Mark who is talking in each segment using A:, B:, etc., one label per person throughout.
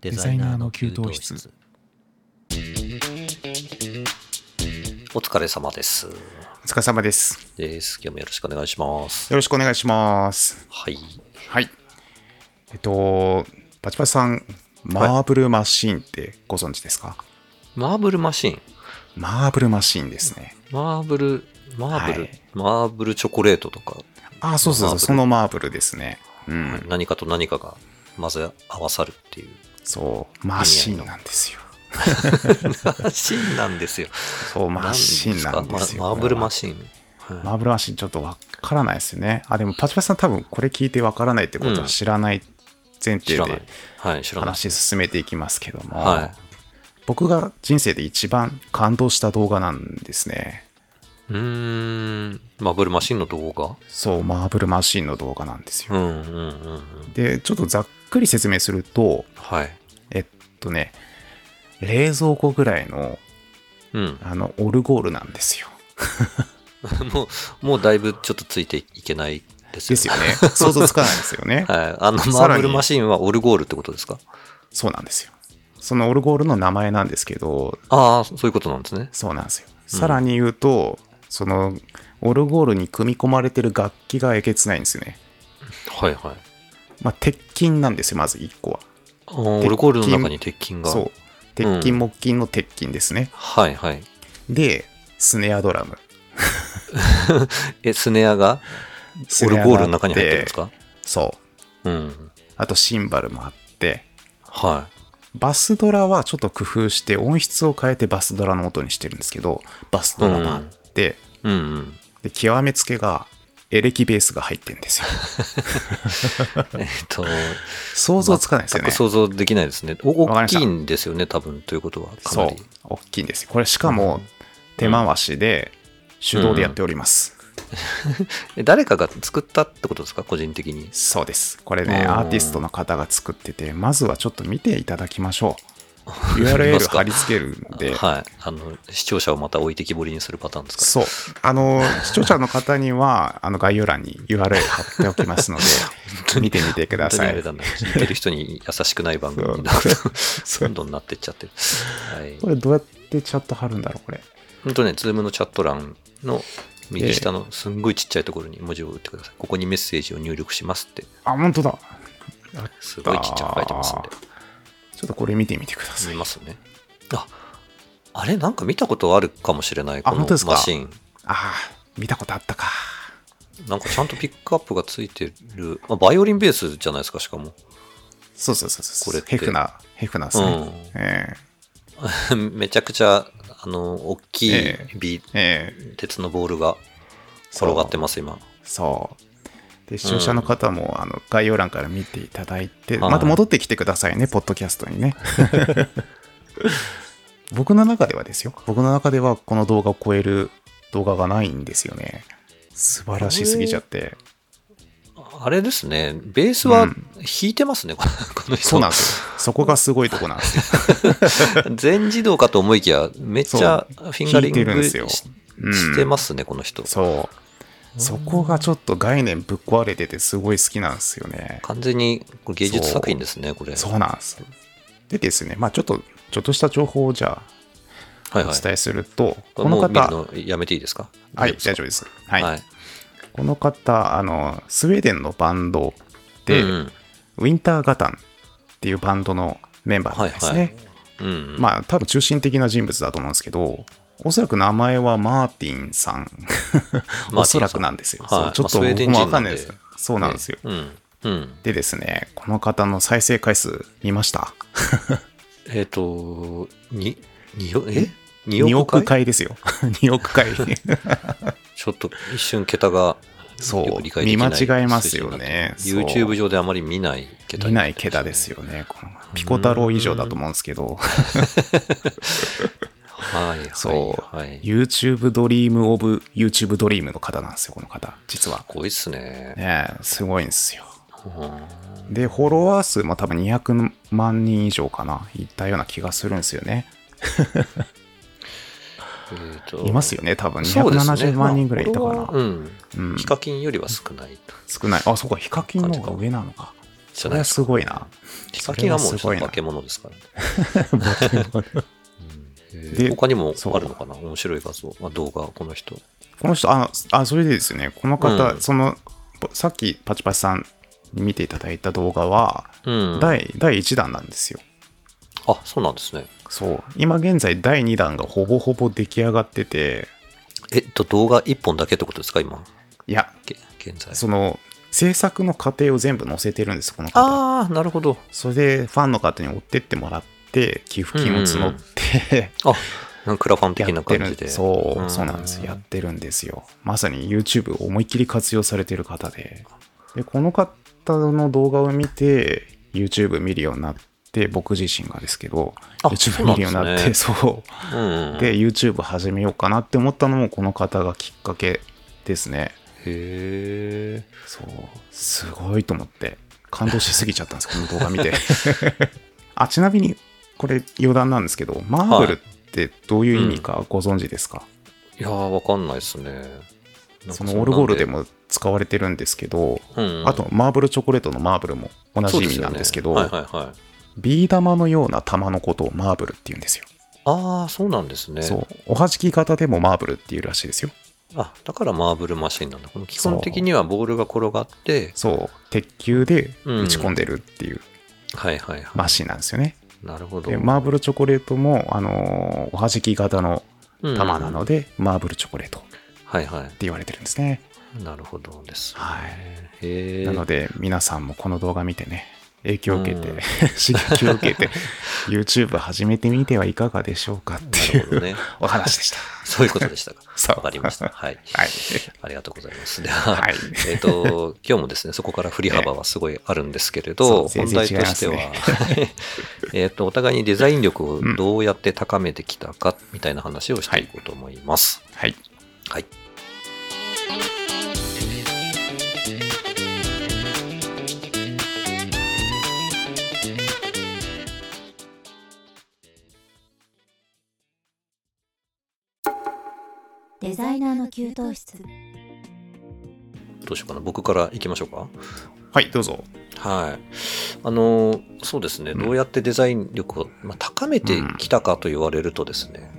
A: デザイナーの給湯室
B: お疲れ様です。
C: お疲れ様です。
B: です。今日もよろしくお願いします。
C: よろしくお願いします。
B: はい。
C: はい。えっと、パチパチさん、マーブルマシーンってご存知ですか、
B: マーブルマシン。
C: マーブルマシーンですね。
B: マーブル、マーブル、
C: はい
B: マーブルチョコレートとか、
C: あそう
B: マーブ
C: そうそ
B: ル
C: う、そのマーブルですね。うん。
B: 何かと何かが混ぜ合わさるって いう。
C: そう、マシーンなんですよ。
B: マシンなんですよ。
C: そう、マシーンなんですよ。
B: ママーブルマ
C: シ
B: シン。はい
C: マーブルマシーンちょっとわからないですよね。あ、でもパチパチさん多分これ聞いてわからないってこと
B: うん
C: は知らない前提
B: 知らない
C: で。
B: はい、知らない。
C: 話進めていきますけども、
B: は
C: 僕が人生で一番感動した動画なんですね。
B: い。うーん。マーブルマシンの動画
C: そう、マーブルマシンの動画なんです
B: う
C: よ。
B: んうんうんうん。
C: で、ちょっとざっくり説明すると、
B: はい。
C: えっとね、冷蔵庫ぐらいの
B: うん。
C: あのオルゴールなんですよ。
B: もう、もうだいぶちょっとついていけないですよね。
C: です よね。想像つかないですよね。
B: はい、あのマ
C: さ
B: ー
C: らに
B: ブルマシンはオルゴールってことですか
C: そうなんですよ。そのオルゴールの名前なんですけど、
B: ああ、そういうことなんですね。
C: そうなんですよ。
B: うん
C: さらに言うと、そのオルゴールに組み込まれてる楽器がえげつないんですよね。
B: はいはい。
C: まあ、鉄筋なんですよ、まず1個は。
B: あーオルゴールの中に鉄筋が。
C: そう。鉄筋、木筋の鉄筋ですね。
B: はいはい。
C: で、スネアドラム。
B: え、スネアが
C: ス
B: オル
C: ネアがあ
B: ゴールの中に入ってるんですか
C: そう。
B: うん。
C: あとシンバルもあって、
B: は
C: バスドラはちょっと工夫して音質を変えてバスドラの音にしてるんですけど、バスドラもあって、
B: い。うんうん。
C: で極めつけがエレキベースが入ってるんですよ。
B: えっと、
C: 想像つかないですよね。
B: 全く想像できないですね。お
C: わ
B: 大
C: かりま
B: き
C: した
B: いんですよね、多分ということは。か
C: そ
B: な
C: う
B: り。。
C: 大きいんですよ。これしかも手回しで手動でやっております。
B: え誰かが作ったってことですか、個人的に。
C: そうです。これね、
B: うん
C: アーティストの方が作ってて、まずはちょっと見ていただきましょう。
B: 見ま
C: URL
B: すか
C: 貼り付けるんで。
B: はい。あの、視聴者をまた置いてきぼりにするパターンですか
C: そう。あの、視聴者の方には、あの、概要欄に URL 貼っておきますので、見てみてくださ
B: 本当にあれ
C: い。
B: だな。聞いてる人に優しくない番組にな
C: そ
B: ど
C: う
B: んどんなってっちゃってる。はい
C: こ。れどうやってチャット貼るんだろう、これ。
B: 本当ね、ズームのチャット欄の右下のすんごいちっちゃいところに文字を打ってください。ここにメッセージを入力しますって、
C: あ、本当だ。
B: すごいちっちゃく書いてますんで。
C: ちょっとこれ見てみてください
B: 見。ますね。ああれなんか見たことあるかもしれない、
C: あ
B: この
C: 本当ですか
B: マシン。
C: あー見たことあったか。
B: なんかちゃんとピックアップがついてる。あバイオリンベースじゃないですか、しかも。
C: そうそうそうそ
B: こ
C: う。
B: れって
C: ヘフナ、ヘフナですね。え
B: めちゃくちゃ、あの、大きい
C: え
B: ビ
C: えええ
B: 鉄のボールが転がってます、今。
C: そう。で、視聴者の方も、あの概要欄から見ていただいて、
B: はい
C: また戻ってきてくださいね、ポッドキャスト にね。僕の中ではですよ。僕の中ではこの動画を超える動画がないんですよね。素晴らしすぎちゃって。
B: あれですね、ベースは
C: う
B: 弾
C: ん
B: いてますね、この 人。
C: そうなんですよ。そこがすごいとこなん ですよ。
B: 全自動かと思いきや、めっちゃフィンガリン
C: 弾いてるん
B: グ
C: で
B: し
C: すようん
B: してますね、この人。
C: そう。そこがちょっと概念ぶっ壊れててすごい好きなんですよね。
B: 完全にこれ芸術作品ですね、これ。
C: そうなんです。でですね、まあちょっと、ちょっとした情報をじゃあ
B: はい
C: お
B: はい。
C: 伝えすると、こ
B: も
C: の
B: う見
C: 方、
B: るのやめていいですか
C: はい、
B: 大
C: 大
B: 丈夫で
C: 丈夫です。
B: す
C: はい。
B: はい。
C: この方、あの、スウェーデンのバンドで、
B: うんうん
C: ウィンターガタンっていうバンドのメンバーなんですね。
B: はいうんうん
C: まあ、多分中心的な人物だと思うんですけど、おそらく名前はマーティンさん。
B: マーティンさん
C: おそらくなんですよ。
B: はい
C: そうちょっと
B: まあスウェーデ
C: 僕
B: ン人なんで
C: もわかんないです。そうなんですよ。
B: うん。うん。
C: でですね、この方の再生回数見ました
B: えっと、に、によ、え二
C: ?2
B: 億回
C: 億回ですよ。2億 回。
B: ちょっと一瞬桁が。
C: そう
B: よく理解できない
C: 見間違えますよね
B: 数字になって
C: そう
B: YouTube 上であまり見ない桁
C: 見
B: になって
C: ない
B: ます
C: 桁ですよね。このピコ太郎以上だと思うんですけど。
B: はいはい。
C: そう、
B: はい。す
C: YouTube ドリームオブ YouTube ドリームの方なんですよ、この方、実は。
B: ごいっすね。
C: ねえすごいんですよ。
B: うん
C: で、フォロワー数も多分200万人以上かな、いったような気がするんですよね。
B: えーと
C: いますよね、多分
B: そうですね
C: 270万人ぐらいいたか
B: まあ
C: な。
B: これはうん
C: うん
B: ヒカキンよりは少ない。
C: 少ない。あ、そうか、ヒカキンの方が上なのか。
B: じ
C: そ
B: ゃ
C: れ
B: ないで
C: は
B: すか。
C: すごいな。
B: ヒカキンはもうち
C: そ
B: ょっ
C: れ
B: と
C: は
B: 化
C: す
B: け物ですからね。
C: ごいな。化け物
B: うん
C: で
B: 他にも
C: そう
B: あるのかな面白い画像。まあ、動画、この人。
C: この人、あ、あそれでですね、この方、
B: うん
C: その、さっきパチパチさんに見ていただいた動画は、
B: うん。あ、
C: 第第1弾なんですよ。
B: そうなんですね。
C: そう。今現在、第2弾がほぼほぼ出来上がってて、
B: えっと、動画1本だけってことですか、今。
C: いや、
B: げ現在。
C: その、制作の過程を全部載せてるんです、この方。
B: ああ、なるほど。
C: それで、ファンの方に追ってってもらって、寄付金を募って、
B: あ、なんかクラファン的
C: や
B: な
C: って
B: 感じ
C: る
B: で。
C: そう、
B: ん
C: そうなんです。やってるんですよ。まさに YouTube を思いっきり活用されてる方で。で、この方の動画を見て、YouTube 見るようになって、僕自身がですけど、
B: あ
C: YouTube 見るようになって、そう
B: うんうん。
C: で、YouTube 始めようかなって思ったのも、この方がきっかけですね。
B: へー
C: そう、すごいと思って、感動しすぎちゃったんです、この動 画見て。あ、ちなみに、これ余談なんですけど、マーブルってどういう意味かご存知ですか、
B: いやー、わかんないですね。なんか
C: そ
B: んなん
C: のオルゴールで、も使われてるんですけど、
B: うんうん
C: あとマーブルチョコレートのマーブルも同じ
B: そう
C: 意
B: です
C: 味
B: よね
C: なんですけど、
B: はいはいはい。
C: ビー玉のような玉のことをマーブルって言うんですよ。
B: ああ、そうなんですね。
C: そう。おはじき型でもマーブルっていうらしいですよ。
B: あ、だからマーブルマシンなんだ。この基本的にはボールが転がって、
C: そう。鉄球で打ち込んでるっていう
B: はいはいは
C: マシンなんですよね。
B: い。なるほど。
C: で、マーブルチョコレートも、あのーおはじき型の玉な
B: うん
C: ので、マーブルチョコレートって
B: はいはい。
C: 言われてるんですね。
B: なるほどです。
C: はい。
B: へえ。
C: なので、皆さんもこの動画見てね、影響を受けて、
B: うん
C: 刺激を受けて、YouTube 始めてみてはいかがでしょうかってい
B: なるほど
C: う、
B: ね
C: お話でした。
B: そういうことでしたか。
C: そう
B: わかりました。はい。
C: はい。
B: ありがとうございます。では、
C: はい
B: えっ と、今日もですね、そこから振り幅はすごいあるんですけれ
C: そ
B: ど、
C: う全
B: 本題
C: 然違い
B: と
C: ま
B: して
C: す
B: は、
C: ね
B: はい えっと、お互いにデザイン力をどうやって高めてきたか、みたいな話をしていこうと思います。
C: はい。
B: はい。
D: デザイナーの給湯室
B: どうしようかな。僕から行きましょうか。
C: はい、どうぞ。
B: はい、あのそうですね、
C: うん
B: どうやってデザイン力を、まあ、高めてきたかと言われるとですね、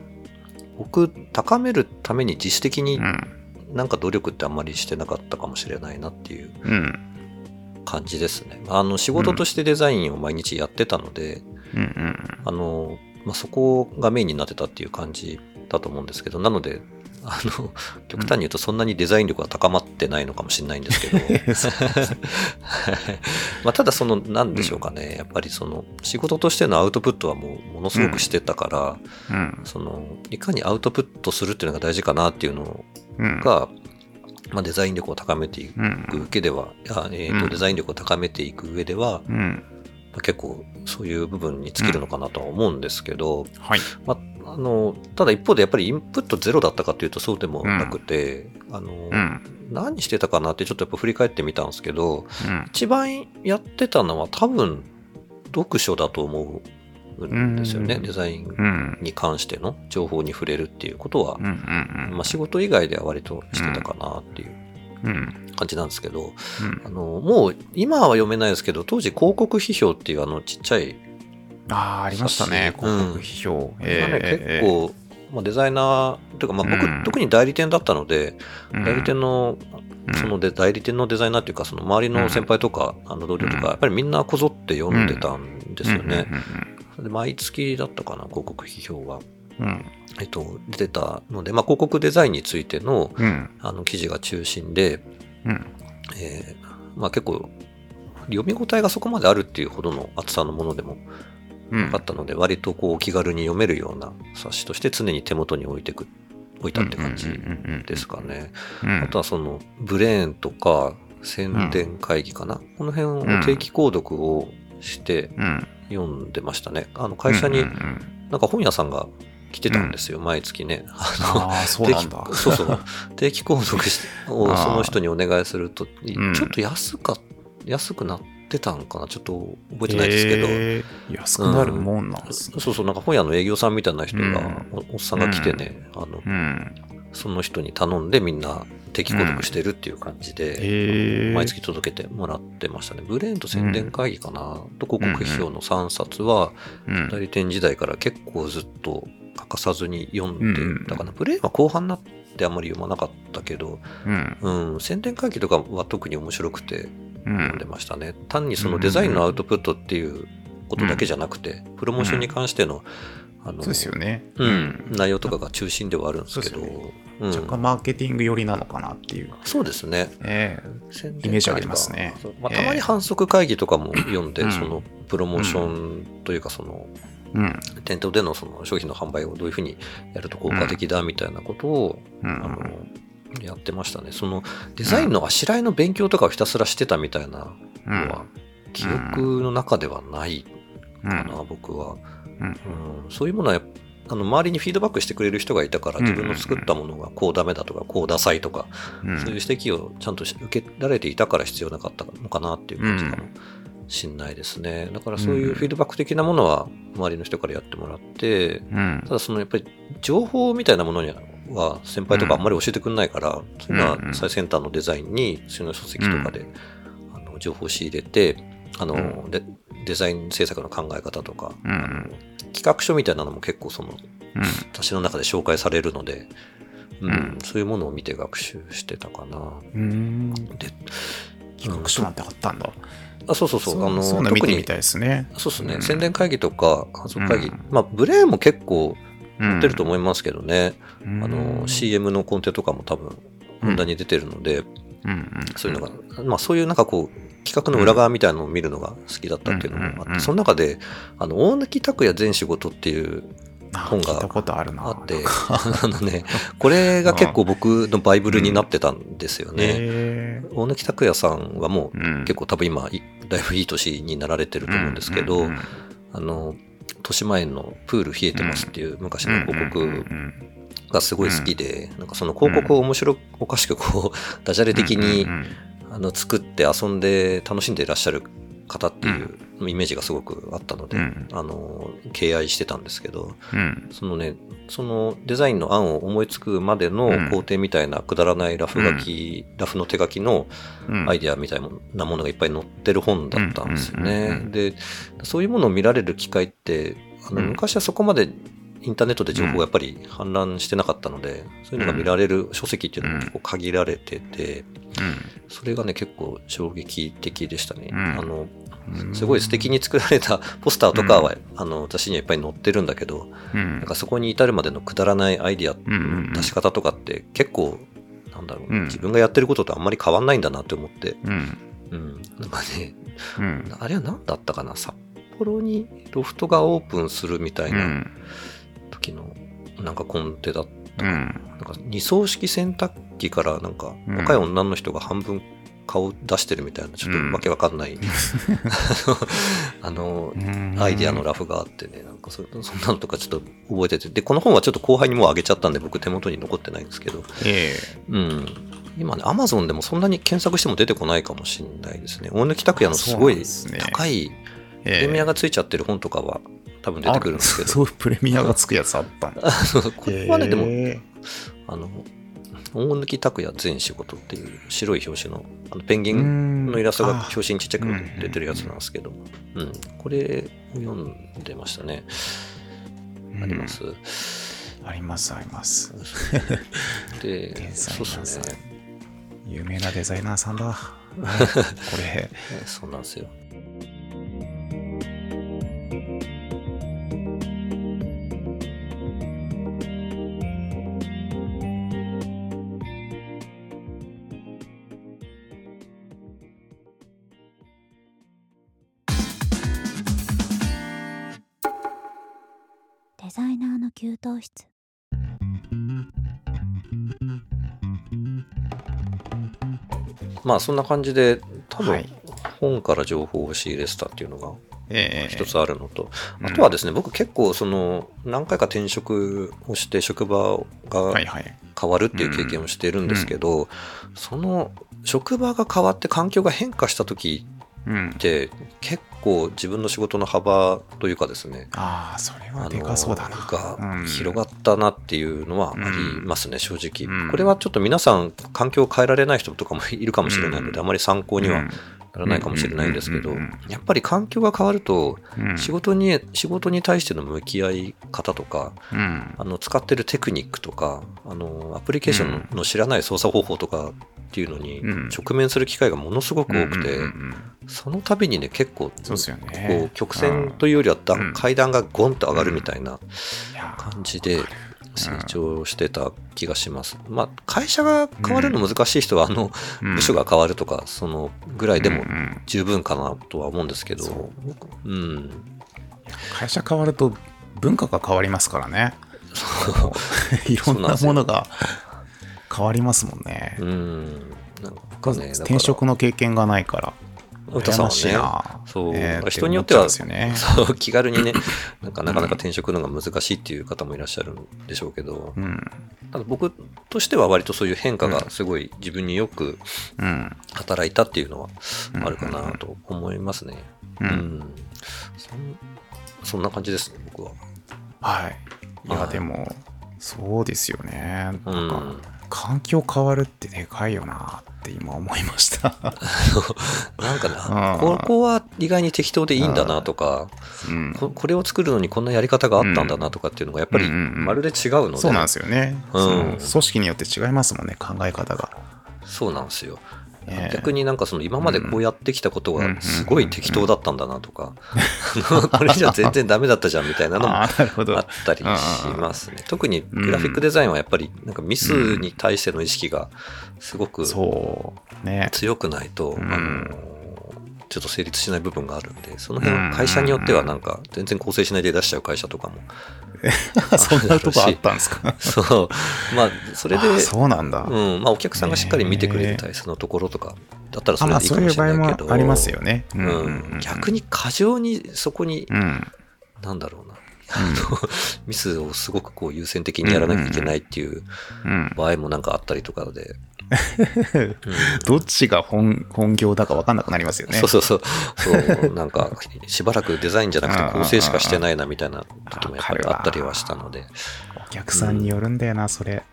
B: 僕、高めるために自主的に
C: うん。
B: なんか努力ってあんまりしてなかったかもしれないなっていう
C: うん。
B: 感じですね。あの仕事としてデザインを毎日やってたので、
C: うんうん。
B: あのまあ、そこがメインになってたっていう感じだと思うんですけど、なので、あの極端に言うとそんなにデザイン力は高まってないのかもしれないんですけど、はいまあ、ただその何でしょうかね、やっぱりその仕事としてのアウトプットはもうものすごくしてたから、
C: うん。
B: そのいかにアウトプットするっていうのが大事かなっていうの
C: うん。
B: が、まあ、デザイン力を高めていく
C: うん。
B: 上では、あえーと
C: うん
B: デザイン力を高めていく上では、
C: うん。
B: まあ、結構そういう部分に尽きるのかなとは思うんですけど、
C: はい。
B: まあ、あのただ一方でやっぱりインプットゼロだったかというとそうでもなくて、あの
C: うん。
B: 何してたかなってちょっとやっぱ振り返ってみたんですけど、
C: うん。
B: 一番やってたのは多分読書だと思うんですよね、
C: うん
B: デザイン
C: うん。
B: に関しての情報に触れるっていうことは
C: うん。う、ん。
B: まあ、仕事以外では割としてたかなっていう
C: うん。
B: 感じなんですけど、
C: うん
B: あ。のもう今は読めないですけど当時広告批評っていうあのちっちゃい、
C: ああー、ありましたね。
B: うん
C: 広告批評。
B: まあね
C: え
B: 結構、まあ、デザイナーというか、まあ、僕、
C: うん
B: 特に代理店だったので
C: 構
B: 代理店のそので代理店のデザイナーっていうかその周りの先輩とか、あの同僚と
C: うん
B: かやっぱりみんなこぞって読んでたんで
C: です
B: よね。。で毎月だったかな、広告批評が、
C: うんうん
B: えっと、出てたので、まあ、広告デザインについての
C: うん。うん。
B: あの記事が中心で、
C: うん。
B: えーまあ、結構、読み応えがそこまであるっていうほどの厚さのものでも
C: うん。
B: なかったので、割とこうお気軽に読めるような冊子として常に手元に置いてく、置いたって感
C: うん
B: じ
C: うんうんうん
B: ですかね。
C: うん
B: あとはその、ブレーンとか、宣伝会議かな。この辺を定期購読をして
C: うん
B: 読んでましたね。あの会社に
C: うんうんうん
B: なんか本屋さんが来てたんですよ、毎月ね。あ
C: ああ、そ
B: の
C: うなんだ。
B: 定期そう そう。定期購読しを
C: あー
B: その人にお願いすると、ち
C: うん
B: ょっと安か、安くなってたんかな、ちょっと覚えてないですけど。
C: へえ安くなるもんなんですね。
B: そうそう、なんか本屋の営業さんみたいな人が、おおっさんが来てね、あの、
C: うん。
B: その人に頼んでみんな定期購読してるっていう感じで、
C: えー、
B: 毎月届けてもらってましたね。ブレーンと宣伝会議かな、と広告費用の3冊は、
C: うん
B: 代理店時代から結構ずっと欠かさずに読んで、
C: うんうん
B: だからブレーンは後半になってあんまり読まなかったけど、
C: うん
B: うん、宣伝会議とかは特に面白くて
C: う
B: 読んで
C: ん
B: ましたね。単にそのデザインのアウトプットっていうことだけじゃなくて、プロモーションに関しての、あの
C: そうですよね、
B: うん、内容とかが中心ではあるんですけど、
C: そうですよ
B: うん
C: 若干マーケティング寄りなのかなっていう、
B: そうですね。
C: ええ
B: 宣伝会議
C: イメージありますね
B: そうまあ、
C: ええ
B: たまに反則会議とかも読んで、
C: うん
B: そのプロモーションというか、その
C: うん
B: 店頭でのその商品の販売をどういうふうにやると効果的だみたいなことを、
C: う
B: あの
C: ん
B: やってましたね。そのデザインのあしらいの勉強とかをひたすらしてたみたいな
C: う
B: の
C: ん
B: は、記憶の中ではない
C: うん
B: かな、僕は、
C: うん
B: うんそういうものはやっあの周りにフィードバックしてくれる人がいたから
C: うんうん
B: 自分の作ったものがこうダメだとかこうダサいとか、
C: うん
B: そういう指摘をちゃんとし受けられていたから必要なかったのかなっていう感じかもしんないですね、だからそういうフィードバック的なものは周りの人からやってもらって
C: うん
B: ただそのやっぱり情報みたいなものには先輩とかあんまり教えてくれないから、そういうの
C: うんう
B: は
C: ん
B: 最先端のデザインにそういうの書籍とかで、あの情報を仕入れてあの、
C: うん
B: でデザイン制作の考え方とか、
C: うんうん
B: あの企画書みたいなのも結構その
C: うん
B: 私の中で紹介されるので、うん
C: うん
B: そういうものを見て学習してたかな。
C: うん
B: で
C: 企画書なんてあったんだ。
B: あそうそうそうあの
C: そういうの見
B: 特
C: てみ
B: に
C: たいですね。
B: そうですね、
C: うん
B: 宣伝会議とか反則会議、
C: うん
B: まあブレーンも結構
C: 持
B: 持ってると思いますけどね、あの、
C: C
B: CM のコンテとかも多分、ホンダに出てるので、そういうの
C: が。
B: が、まあそういうなんかこう、企画の裏側みたいなのを見るのが好きだったっていうのも
C: うん
B: あ
C: う
B: っ
C: ん
B: て、その中で、あの、大貫拓也全仕事っていう本
C: 本
B: が
C: が。聞いたことあるな。
B: あって、 あのね、これが結構僕のバイブルになってたんですよね。
C: へ
B: 大貫拓也さんはもう
C: ー、
B: 結
C: 構
B: 構多分今、いだいぶいい年になられてると思うんですけ
C: う
B: ど
C: ん、
B: あの、豊島園のプール冷えてますっていう昔の広
C: うん
B: 告
C: うん
B: がすごい好きで、なんかその広告を面白おかしくこう、 ダジャレ的に
C: うん
B: あの作って遊んで楽しんでいらっしゃる方っていうイメージがすごくあったので、
C: うん
B: あの、敬愛してたんですけど、
C: うん
B: そのね、そのデザインの案を思いつくまでの
C: うん
B: 工程みたいなくだらないラフ書き、ラフの手書きの
C: うん
B: アイデアみたいなものがいっぱい載ってる本だったんですよ
C: うんうんうん
B: ね
C: う。ん
B: で、そういうものを見られる機会って、あの
C: うん
B: 昔はそこまでインターネットで情報がやっぱり氾濫してなかったので、そういうのが見られる書籍っていうのも結構限られてて、それがね、結構衝撃的でしたね。
C: うん
B: あの、
C: うん
B: すごい素敵に作られた ポスターとかは、あの、私にはいっぱい載ってるんだけど、
C: うん
B: なんかそこに至るまでのくだらないアイディア
C: うんうんうん
B: 出し方とかって結構、なんだろう、
C: うん
B: 自分がやってることとあんまり変わんないんだなって思って、
C: うん
B: うん、なんかね、
C: うん
B: あれは何だったかな、札幌にロフトがオープンするみたいな時の、なんかコンテだったかな、
C: うん
B: なんか二層式洗濯機からなんか
C: うん
B: 若い女の人が半分顔出してるみたいな、ちょっ
C: うん
B: とわけわかんない、 あの、
C: うん
B: アイデアのラフがあってね、なんかそそんなのとかちょっと覚えてて、で、この本はちょっと後輩にもうあげちゃったんで、僕手元に残ってないんですけど、
C: え
B: うん。今ね、アマゾンでもそんなに検索しても出てこないかもしれないですね。大貫拓也のすごい
C: あそうなんですね
B: 高い
C: ええ
B: プ
C: え
B: レミアがついちゃってる本とかは多分出てくるんですけ
C: あ
B: ど、
C: そうプレミアがつくやつあったん だ
B: これはね、でも、
C: へ
B: あの、大貫拓也全仕事っていう白い表紙のあのペンギ
C: ー
B: ン
C: うん
B: のイラストが
C: あ
B: 表紙にちっちゃく出てるやつなんですけど、うん、これを読んでましたね。あります。
C: ありますあります
B: で、
C: 天
B: そう
C: 才
B: っ
C: な
B: す
C: さ
B: ね。
C: 有名なデザイナーさんだねこ れ
B: そうなんですよ。
D: デザイナーの給湯室
B: まあそんな感じで、多
C: は
B: 分
C: い
B: 本から情報を仕入れてたっていうのが
C: ええ
B: 一つあるのと、
C: うん
B: あとはですね、僕結構その何回か転職をして職場が
C: はいはい
B: 変わるっていう経験をしているんですけど、その職場が変わって環境が変化した時
C: うん
B: っ。て結構自分の仕事の幅というかですね
C: ああ、それ
B: あ
C: は
B: の
C: でかそうだな。う
B: が
C: ん
B: 広がったなっていうのはありますね、正直、
C: うん
B: これはちょっと皆さん環境を変えられない人とかもいるかもしれないので、
C: う
B: あ
C: ん
B: まり参考には
C: うん
B: ならないかもしれないんですけど、
C: うんうんうん
B: やっぱり環境が変わると
C: うん
B: 仕事に仕事に対しての向き合い方とか
C: うん
B: あの使ってるテクニックとかあのアプリケーションのの知らない操作方法とかっていうのに
C: うん
B: 直面する機会がものすごく多くて、
C: うんうんうん
B: その度にね結構
C: そうですよ
B: こ
C: ね
B: う。曲線というよりはだ
C: うん
B: 階段がゴンと上がるみたいない
C: やー
B: 感じで成長してた気がします。まあ、会社が変わるの難しい人は、あの
C: うん
B: 部署が変わるとか、そのぐらいでも
C: うんうん
B: 十分かなとは思うんですけど
C: そ、
B: うん、
C: 会社変わると文化が変わりますからね。 いろんなものが変わりますもんね。
B: うん、なんかね、だから
C: 転職の経験がないから。
B: 歌さんはね
C: 羨ましい
B: そう
C: えー
B: 人によっては
C: 思ちゃうんですよね。
B: そう気軽にね、なんかなかなか転職のが難しいっていう方もいらっしゃるんでしょうけど
C: う、ん。
B: ただ僕としては割とそういう変化がすごい自分によく
C: うん。
B: 働いたっていうのは
C: うん
B: あるかなと思いますね。
C: う
B: うんん。そんそんな感じですね、僕は。
C: はい。い
B: は
C: や、
B: い
C: でも、そうですよね。
B: う
C: なんか
B: ん。
C: 環境変わるってでかいよなって今思いました。
B: なんか
C: う
B: な、
C: ん
B: ここは意外に適当でいいんだなとか、
C: うん
B: ここれを作るのにこんなやり方があったんだなとかっていうのがやっぱり
C: うんうんうん
B: まるで違うので、
C: そうなんですよね。
B: うん
C: その組織によって違いますもんね、考え方が。
B: そうなんですよ。
C: ねえ
B: 逆になんかその今までこうやってきたこと
C: うん
B: がすごい適当だったんだなとか、 これじゃ全然ダメだったじゃんみたいなのも
C: ああ、なるほど。
B: あったりしますね。特にグラフィックデザインはやっぱりなんかミスに対しての意識がすごく
C: そう。ね。
B: 強くないと、
C: うん
B: あのちょっと成立しない部分があるんで、その辺は会社によってはなんか全然構成しないで出しちゃう会社とかも。
C: そんなとこあったんですか。
B: そう。まあ、それで、
C: あそうなんだ。
B: うん、まあお客さんがしっかり見てくれる体質のところとかだったら
C: あ
B: それ
C: まあ、
B: でいい
C: そ
B: か
C: うい
B: も
C: う
B: しれ
C: 場合
B: ないけど。
C: もありますよね。
B: うん。逆
C: に。
B: に過剰にそこに、
C: うん。
B: なんだろうな。あの ミスをすごくこう優先的にやらなきゃいけないっていう
C: うん、
B: 場合もなんかあったりとかで、
C: どっちが本本業だか分かんなくなりますよね。
B: そうそうそうそうなんかしばらくデザインじゃなくて構成しかしてないなみたいな時もやっぱりあったりはしたので
C: お客さんによるんだよな、それ。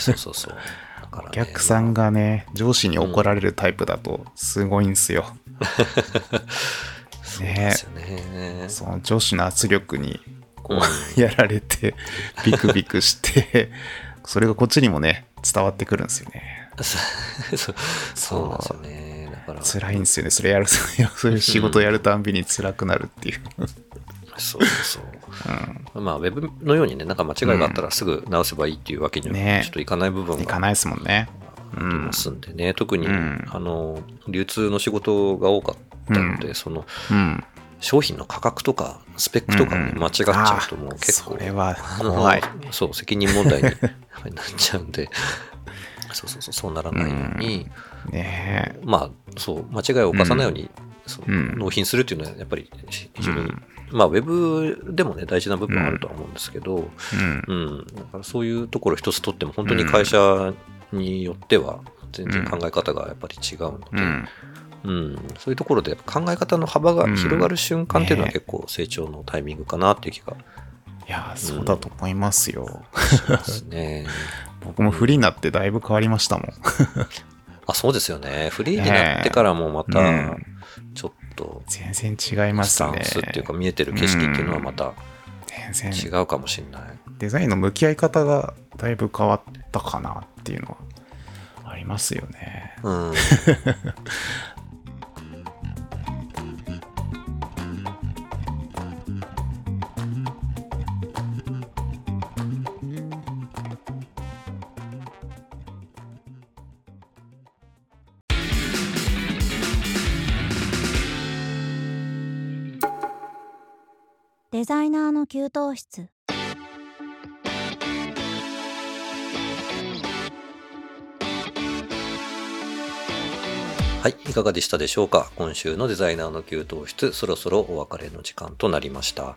B: そうそうそうだから、ね、
C: お客さんがね、上司に怒られるタイプだとすごいんすよ。
B: そうですよね
C: その上司の圧力にこ
B: う
C: う やられて、ビクビクして、それがこっちにもね、伝わってくるんですよね。
B: そうそうなんですよねだから
C: 辛いんですよね。それやる、 そういう仕事やるたんびに辛くなるっていう。
B: そうそうそうまあウェブのようにねなんか間違いがあったらすぐ直せばいいっていうわけには
C: ね
B: ちょっといかない部分
C: い
B: が
C: かないですもんね。う
B: あり
C: ん
B: ま。すんでね、特に、
C: うん
B: あの流通の仕事が多かったので、その
C: うん。
B: 商品の価格とかスペックとかをね、
C: うん
B: 間違っちゃうともう
C: あー
B: 結構
C: それは
B: あの
C: 怖い。
B: そう責任問題に やっぱりなっちゃうんでそうそうそうそうならないように、
C: ねえ。
B: まあそう間違いを犯さないように、そう
C: うん
B: 納品するっていうのはやっぱり非常に、まあウェブでもね大事な部分はあるとは思うんですけど、
C: うん。
B: うん、だからそういうところ一つとっても本当に会社によっては全然考え方がやっぱり違うので、
C: う
B: うん
C: ん。
B: そういうところでやっぱ考え方の幅が広がる瞬間っていうのは
C: うん
B: 結構成長のタイミングかなっていう気が
C: いや、そうだと思いますよ。
B: しますね。
C: 僕もフリーになってだいぶ変わりましたもん。
B: あそうですよね。フリーになってからもま
C: ね
B: たちょっと
C: 全然違いまし
B: スタ
C: た
B: ン
C: ね。
B: スっていうか見えてる景色っていうのはまた
C: 全
B: 違
C: 然
B: うかもしれない。
C: デザインの向き合い方がだいぶ変わったかなっていうのはありますよね。
B: うん
D: デザイナーの給湯室
B: はい、いかがでしたでしょうか今週のデザイナーの給湯室、そろそろお別れの時間となりました。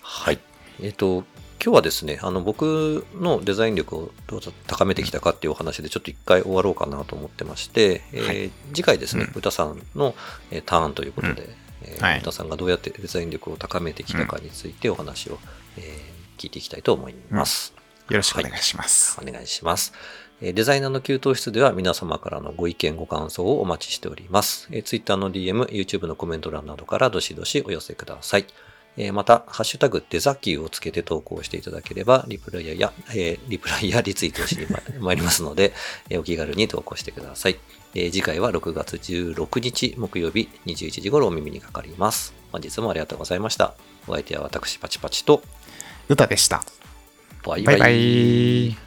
B: はい。えっ、と、今日はですね、あの僕のデザイン力をどう高めてきたかっていうお話で、ちょっと一回終わろうかなと思ってまして、えー
C: はい
B: 次回ですね、
C: うん
B: 歌さんの、えーターンということで、えー
C: はい
B: 歌さんがどうやってデザイン力を高めてきたかについてお話を、えー聞いていきたいと思います。
C: よろしくお願いします。
B: お願いします。えーデザイナーの給湯室では皆様からのご意見、ご感想をお待ちしております。えー Twitter の DM、YouTube のコメント欄などからどしどしお寄せください。えーまた、ハッシュタグデザキューをつけて投稿していただければ、リプライやや、えーリプライやリツイートをしにま参りますので、えーお気軽に投稿してください。えー次回は6月16日木曜日21時頃お耳にかかります。本日もありがとうございました。お相手は私パチパチと
C: 歌でした。
B: バイバ
C: バ
B: イ。
C: イバイ。